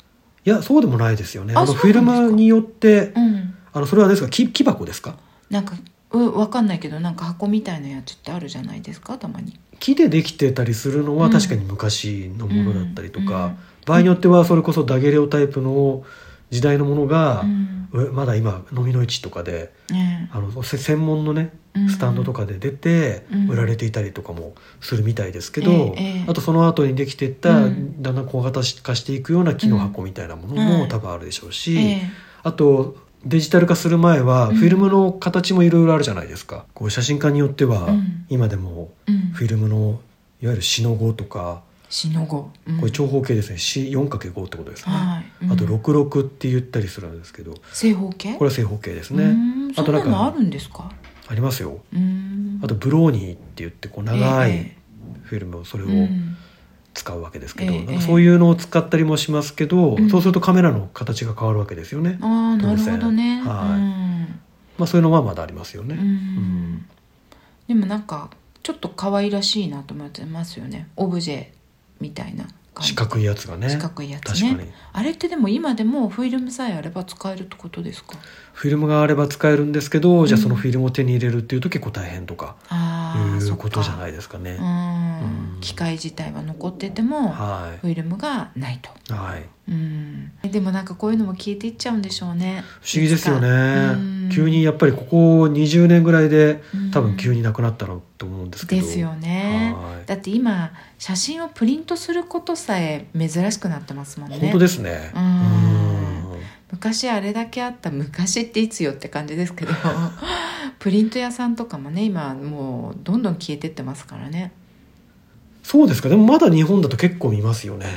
いやそうでもないですよねああのそうなんフでィすルかムによってうんあのそれはですか木木箱ですかなんかうわかんないけどなんか箱みたいなやつってあるじゃないですかたまに木でできてたりするのうはん確かに昔のものだったりとか、うんうん場合によってはそれこそダゲレオタイプの時代のものがう、んえまだ今飲みの市とかでねあのせ専門のねうんスタンドとかで出てうん売られていたりとかもするみたいですけど、ええええあとその後にできていっただうんんだん小型化していくような木の箱みたいなもうのんはもい多分あるでしょうえし、えあとデジタル化する前はうんフィルムの形もいろいろあるじゃないですか。こう写真家によってはうん今でもうんフィルムのいわゆるシノ5とかしのご、うんこれ長方形ですね C4×5 ってことですね、はい、あとうん66って言ったりするんですけどこ正方形れは正方形ですうーねんあそとんなんなかのあるんですかありますようーんあとブローニーって言ってこう長えいフィルムをそれをうん使うわけですけどええなんかそういうのを使ったりもしますけどうんそうするとカメラの形が変わるわけですよねまああなるほどね、当然はいあそういうのはまだありますようんうねんでもなんかちょっと可愛らしいなと思ってますよねオブジェみたいな感じ四角いやつがね四角いやつ確ねかにあれってでも今でもフィルムさえあれば使えるってことですかフィルムがあれば使えるんですけどじゃあうんそのフィルムを手に入れるっていうと結構大変とかああいうそことじゃないいですかねうん、うんうん機械自体は残っててもはフィルムがないと、い、はい、うん、でもなんかこういうのも消えていっちゃうんでしょうね不思議ですよねん急にやっぱりここ20年ぐらいでうん多分急になくなったなと思うんですけでどすよねはいだって今写真をプリントすることさえ珍しくなってますもんね本当ですねううんん昔あれだけあった昔っていつよって感じです [laughs] けどプリント屋さんとかもね今もうどんどん消えてってますからねそうですかでもまだ日本だと結構見ますよね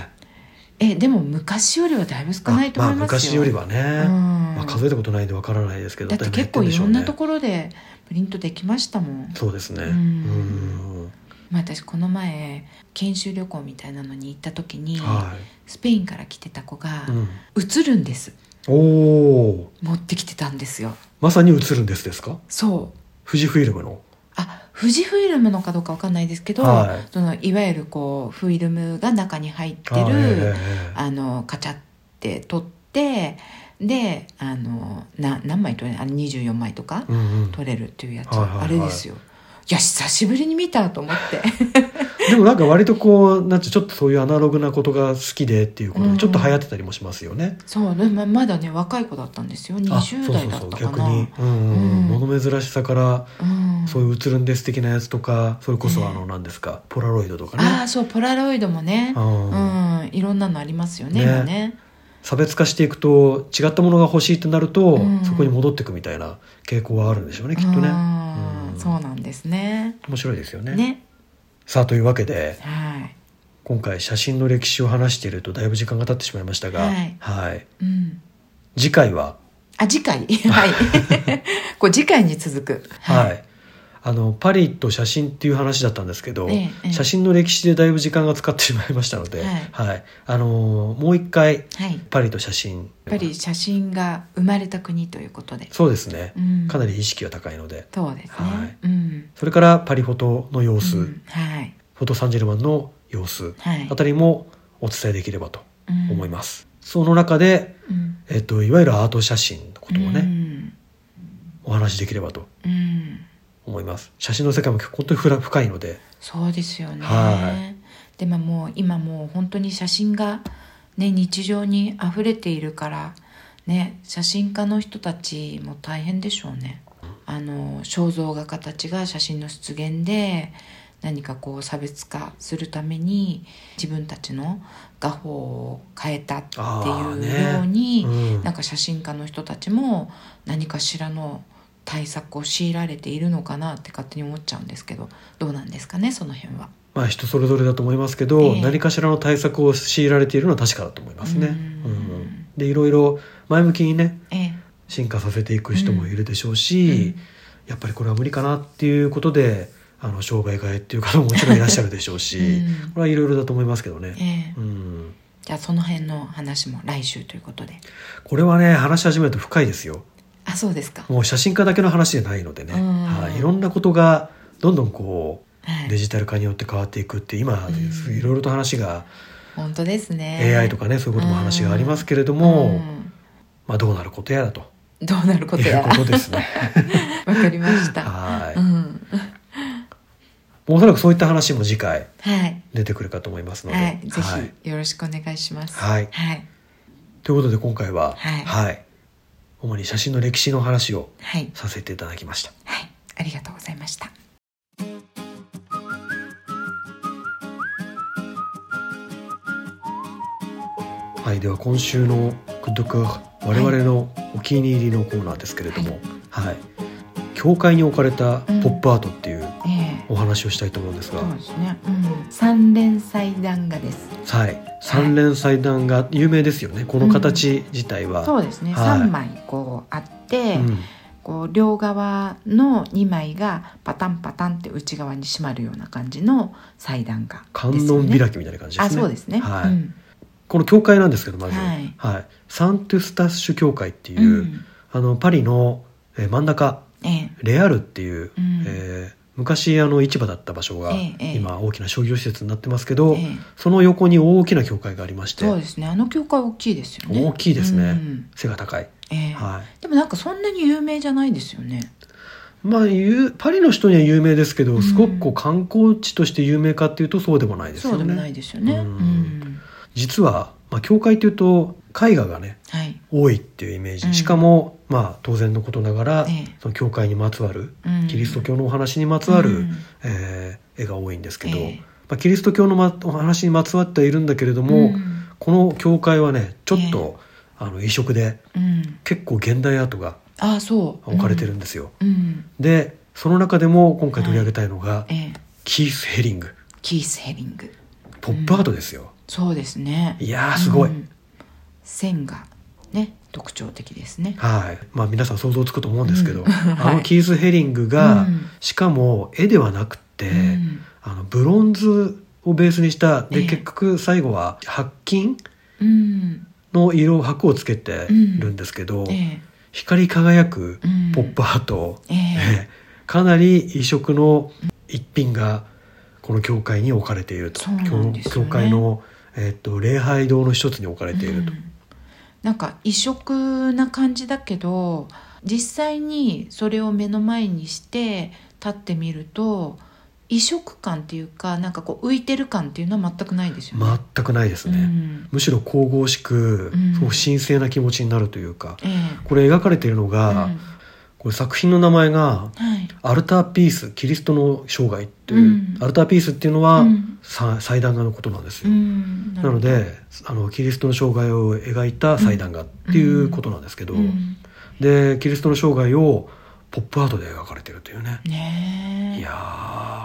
えでも昔よりはだいぶ少ないと思いあまあます昔よ、よりはね、うんまあ、数えたことないんでわからないですけどだって結構いろんなところでプリントできましたもん、そうですねううんんまあ、私この前研修旅行みたいなのに行った時に、はスペインから来てた子がい、うん、 「映るんですおお」持ってきてたんですよまさに映るんですですかそう富士フィルムのあ富士フイルムのかどうかわかんないですけど、はいそのいわゆるこうフィルムが中に入ってあええるええあのカチャって取ってであのな何枚取れるあれ24枚とかうんうん取れるっていうやつ、はいはいはいあれですよいや久しぶりに見たと思って [laughs] でもなんか割とこうなんてちょっとそういうアナログなことが好きでっていうことうでんちょっと流行ってたりもしますよね。そうでままだね若い子だったんですよあそう20そう代だったそうか逆なに、うんうんうんうん物珍しさからうんそういう映るんです的なやつとかそれこそあねの何ですか、ポラロイドとかあねあそうポラロイドもねううんんいろんなのありますよねね今ね差別化していくと違ったものが欲しいってなると、うんそこに戻っていくみたいな傾向はあるんでしょうねきっとね。うんうんそうなんですね面白いですよねねさあというわけではい今回写真の歴史を話しているとだいぶ時間が経ってしまいましたが、はいはいうん次回はあ次 [laughs] 回はい [laughs] こう次回に続くはい、あのパリと写真っていう話だったんですけど、ええ写真の歴史でだいぶ時間が使ってしまいましたので、はいあのーもう一回はいやっパリと写真ぱり写真が生まれた国ということでそうですね、うんかなり意識が高いのでそうですねはいうんそれからパリフォトの様子、うんはいフォトサンジェルマンの様子はいあたりもお伝えできればと思いまます、その中で、えっと、いわゆるアート写真のこともね、お話しできればとうん思います写真の世界も本当にふら深いのでそうですよね、はでももう今もう本当に写真が、ね、日常に溢れているから、ね、写真家の人たちも大変でしょうねあの肖像画家たちが写真の出現で何かこう差別化するために自分たちの画法を変えたってあーいうねように、うんなんか写真家の人たちも何かしらの対策を強いられているのかなって勝手に思っちゃうんですけどどうなんですかねその辺は。まあ人それぞれだと思いますけど、ええ何かしらの対策を強いられているのは確かだと思いますね。ううんんでいろいろ前向きにねええ進化させていく人もいるでしょうし、やっぱりこれは無理かなっていうことであの障害がえっていう方ももちろんいらっしゃるでしょうし、うんこれはいろいろだと思いますけどね。ええうん、じゃあその辺の話も来週ということでこれはね話し始めると深いですよ。あそうですか、もう写真家だけの話じゃないのでね、うんはい、いろんなことがどんどんこはうデい、ジタル化によって変わっていくって今うんいろいろと話が本当ですね AI とかねそういうことも話がありますけれども、うんまあ、どうなることやらとどうなるこい [laughs] とやうらこわとですね。かりました、は [laughs] うい。ん、もうおそらくそういった話も次回はい出てくるかと思いますので。はいぜひよろしくお願いしますはいはい、ということで今回は、はい主に写真の歴史の話をはいさせていただきました。はい、ありがとうございました。はい、では今週のグッドクア我々のお気に入りのコーナーですけれども、はい。教会に置かれたポップアートっていうええお話をしたいと思うんですが、そうですね。うん、三連祭壇画です。はい、三連祭壇が有名ですよね。この形自体は、そうですね。はい三、枚こうあって、うんこう両側の二枚がパタンパタンって内側に閉まるような感じの祭壇画観ですよ音ね。開きみたいな感じですね。あ、そうですね。はい。うんこの教会なんですけどまず、ははいいサントゥスタッシュ教会っていう、うんあのパリの、えー真ん中ええレアルっていう、うんえー昔あの市場だった場所が、ええええ今大きな商業施設になってますけど、ええその横に大きな教会がありまして、そうですね。あの教会大きいですよね。大きいですね、うん背が高い、ええはい、でもなんかそんなに有名じゃないですよね。まあ、ゆパリの人には有名ですけうどんすごくこう観光地として有名かっていうとそうでもないですそようでもなね。いですよね。うんうん実は、まあ、教会というと絵画がねはい。多いっていうイメーうんジしかも、まあ、当然のことながら、ええその教会にまつわるうんキリスト教のお話にまつわる、うんえー絵が多いんですけど、ええまあ、キリスト教の、ま、お話にまつわってはいるんだけれども、うんこの教会はねちょっと、あの異色でうん結構現代アートがああそう。置かれてるんですよ。うん。うん。でその中でも今回取り上げたいのが、ええキース・ヘリングキースヘリング。ポップアートですよ、そうですね。いやーすごい、うん線がね特徴的ですね。はいまあ皆さん想像つくと思うんですけど、うんはいあのキース・ヘリングが、うんしかも絵ではなくて、うんあのブロンズをベースにしたえでえ結局最後は白金うん。の色白をつけてるんですけど、ええ光り輝くうんポップアート、ええかなり異色の一品がこの教会に置かれていると、そうなんですよ教ね教会の、えっと礼拝堂の一つに [laughs] 置かれているとう、んなんか異色な感じだけど実際にそれを目の前にして立ってみると異色感っていうかなんかこう浮いてる感っていうのは全くないですよね。全くないですね、うんむしろ神々しく、うんすごく神聖な気持ちになるというかええこれ描かれているのうんが、これ作品の名前がはい「アルターピースキリストの生涯」っていう、うんアルターピースっていうのは、うんさ祭壇画のことなんですうよ、んなのであのキリストの生涯を描いた祭壇画っていうことなんですけど、うんでキリストの生涯をポップアートで描かれてるというね、ねえいや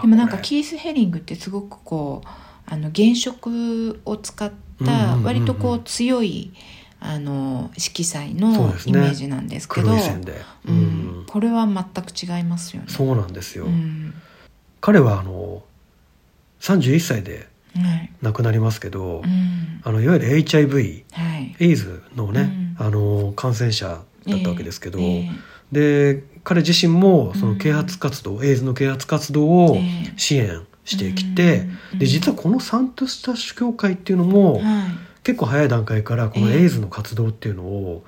ーでもなんかこれキース・ヘリングってすごくこうあの原色を使っうんうんたうんうん割とこう強いあの色彩のそうですイねメージなんですけど黒い線で、ううんん、これは全く違いますよね。そうなんですよ、うん彼はあの31歳ではい亡くなりますけど、うんあのいわゆる HIV はいエイズのね、うんあの感染者だったわけですけど、ええで彼自身もその啓発活動、エイズの啓発活動をええ支援してきて、うんで実はこのサントスタッシュ教会っていうのも、はい、結構早い段階からこのええエイズの活動っていうのを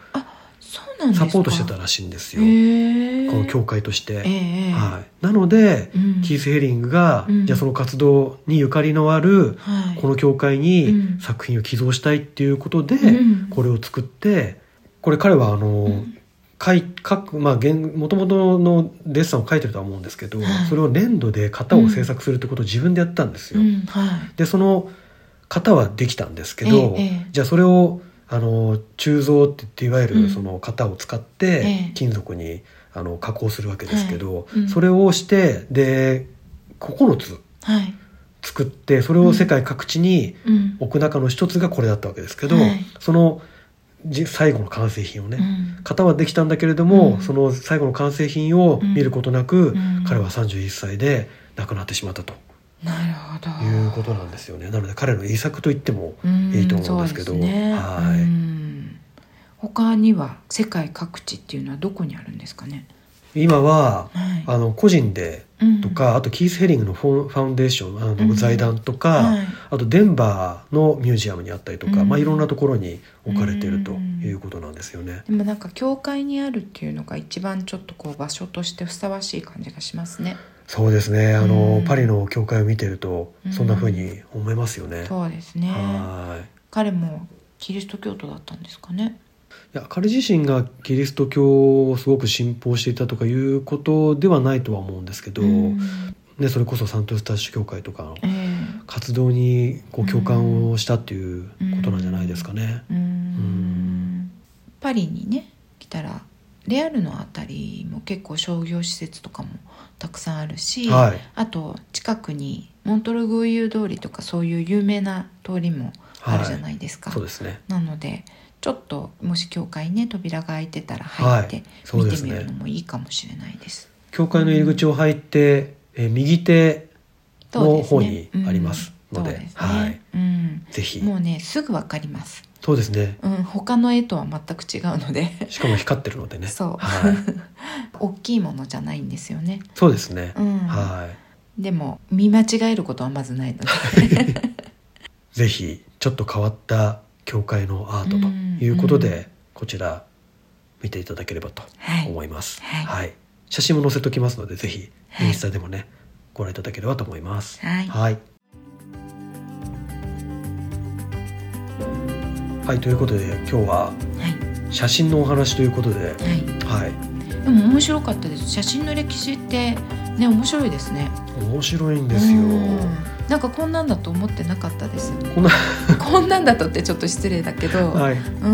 そうなんですサかポートしてたらしいんですよ、へえこの教会として。ええはい、なので、うんキース・ヘリングが、うんじゃあその活動にゆかりのあるはいこの教会うんに作品を寄贈したいっていうことで、うんこれを作ってこれ彼はあの、ん描い描くまあ原元々のデッサンを描いてるとは思うんですけど、はいそれを粘土で型を制作するってことを自分でやったんですよ。うんはいでその型はできたんですけど、ええええじゃあそれをあの鋳造って言っていわゆうんるその型を使っええて金属に、あの加工するわけですけど、はいうんそれをしてで9つはい作ってそれを世界各地にうん置く中の一つがこれだったわけですけど、はいそのじ最後の完成品をね、うん型はできたんだけれども、うんその最後の完成品を見ることなく、うん彼は31歳で亡くなってしまったとなるほどいうことなんですよね。なので彼の遺作と言ってもうんいいと思うんですけどそうね、はいうん他には世界各地っていうのはどこにあるんですかね。今ははい。あの個人でうんとか、あとキース・ヘリングのフォンファウンデーションあうんの財団とか、はいあとデンバーのミュージアムにあったりとか、うんまあ、いろんなところに置かれているとうんいうことなんですよね。でもなんか教会にあるっていうのが一番ちょっとこう場所としてふさわしい感じがしますね。そうですねあうの、んパリの教会を見てるとうんそんな風に思いますよね。そうですね。はい彼もキリスト教徒だったんですかね。いや彼自身がキリスト教をすごく信奉していたとかいうことではないとは思うんですけど、うんね、それこそサントスタッシュ教会とかのええ活動にこう共感をしたっていうことなんじゃないですかね。うーんパリにね来たらレアルのあたりも結構商業施設とかもたくさんあるし、はいあと近くにモントルグイユ通りとかそういう有名な通りもあるじゃないですか、そうですね。なのでちょっともし教会ね扉が開いてたら入って、はいそう見でてすみねるのもいいかもしれないです。教会の入り口を入って、えー右手そうのです方ねにありますので、うんそうですねはい、うん、ぜひ。もうねすぐわかります、そうですね。うん、他の絵とは全く違うのでしかも光ってるのでね。そうはい。大きいものじゃないんですよねそうですね。 [laughs] うんはい。でも見間違えることはまずない [laughs] のでぜひちょっと変わった教会のアートうんということで、うこちら見ていただければとはい思います。はいはい。写真も載せときますのでぜひはいインスタでもね、ご覧いただければと思います。はいはい、はいということで今日はは写真のお話ということで、い、はい、はい、でも面白かったです写真の歴史ってね面白いですね面白いんですよ。うんなんかこんなんだと思ってなかったですこんな、 [laughs] [laughs] こんなんだとってちょっと失礼だけど、はい、う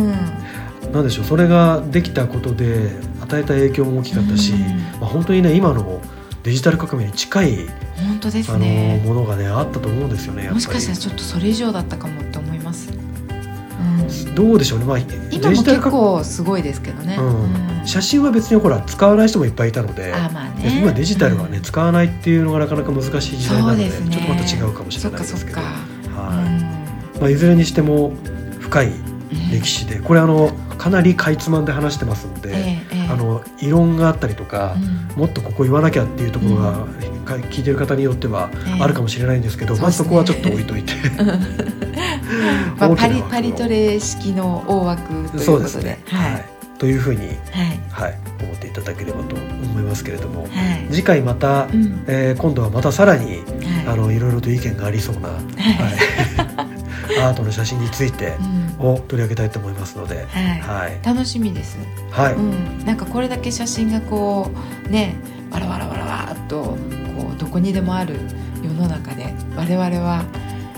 んなんでしょうそれができたことで与えた影響も大きかったし、うんまあ、本当にね今のデジタル革命に近い、本当であすのねものがねあったと思うんですよねやっぱりもしかしたらちょっとそれ以上だったかもって思います、うん、どうでしょうね、まあ、今デもジタル結革構すごいですけどね、うんうん写真は別にほら使わない人もいっぱいいたのであまあでね今デジタルはね、うん使わないっていうのがなかなか難しい時代なのそでうですねちょっとまた違うかもしそれっなかいでそすっけどか、はいまあ、いずれにしても深い歴史でこれあのかなりかいつまんで話してますんでで、ええええあの異論があったりとか、うんもっとここ言わなきゃっていうところが、うか聞いてる方によってはええあるかもしれないんですけど、そうまですずそねこはちょっと置いといて [laughs] まあ、大きなパリ枠をパリトレ式の大枠ということでそうですね、はいというふうに、はいはい、思っていただければと思いますけれども、はい、次回また、うんえー今度はまたさらにはいあのいろいろと意見がありそうな、はいはい、 [laughs] アートの写真についてうんを取り上げたいと思いますので、ははいい、楽しみです、はいうん、なんかこれだけ写真がこうねわらわらわらわーっとこうどこにでもある世の中で我々は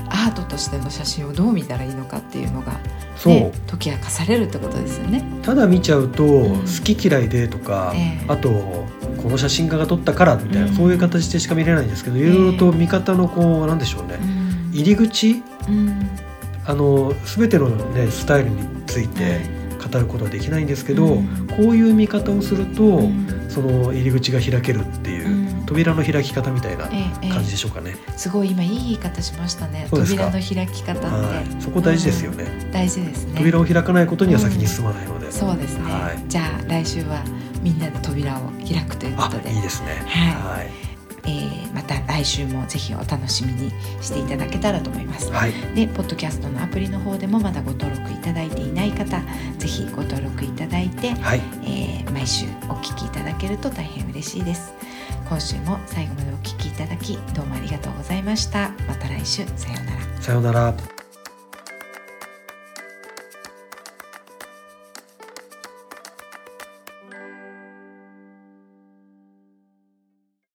アートとしての写真をどう見たらいいのかっていうのが、そう、ね、解き明かされるってことですよね。ただ見ちゃうと、うん好き嫌いでとか、ええあとこの写真家が撮ったからみたいな、うんそういう形でしか見れないんですけど、いろいろと見方のこうなんでしょうね、うん入り口うんあの全ての、ね、スタイルについはてい語ることはできないんですけど、うんこういう見方をすると、うんその入り口が開けるっていう、うん扉の開き方みたいなええええ感じでしょうかね、すごい今いい言い方しましたねそうです扉かの開き方っはい、そこ大事ですよね、て大事ですね。扉を開かないことには先に進まないので、そうですね、はいじゃあ来週はみんなで扉を開くというこあとでいいですねははいえーまた来週もぜひお楽しみにしていただけたらと思います、はいでポッドキャストのアプリの方でもまだご登録いただいていない方ぜひご登録いただいて、はいえー毎週お聞きいただけると大変嬉しいです今週も最後までお聞きいただきどうもありがとうございましたまた来週さようならさようなら